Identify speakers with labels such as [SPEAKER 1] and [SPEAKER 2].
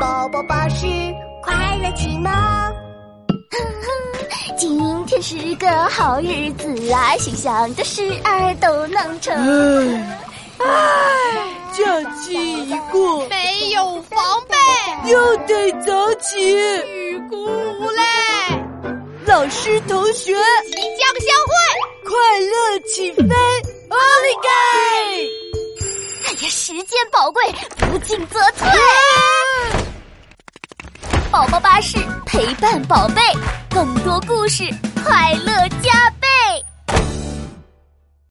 [SPEAKER 1] 宝宝巴士快乐启蒙。
[SPEAKER 2] 今天是个好日子啊，心想的事儿都能成。
[SPEAKER 3] 假期一过，
[SPEAKER 4] 没有防备，
[SPEAKER 3] 又得早起。
[SPEAKER 4] 欲哭无泪，
[SPEAKER 3] 老师、同学，
[SPEAKER 4] 即将相会。
[SPEAKER 3] 快乐起飞 o l i
[SPEAKER 2] 哎呀，时间宝贵，不进则退。宝宝巴士陪伴宝贝，更多故事，快乐加倍。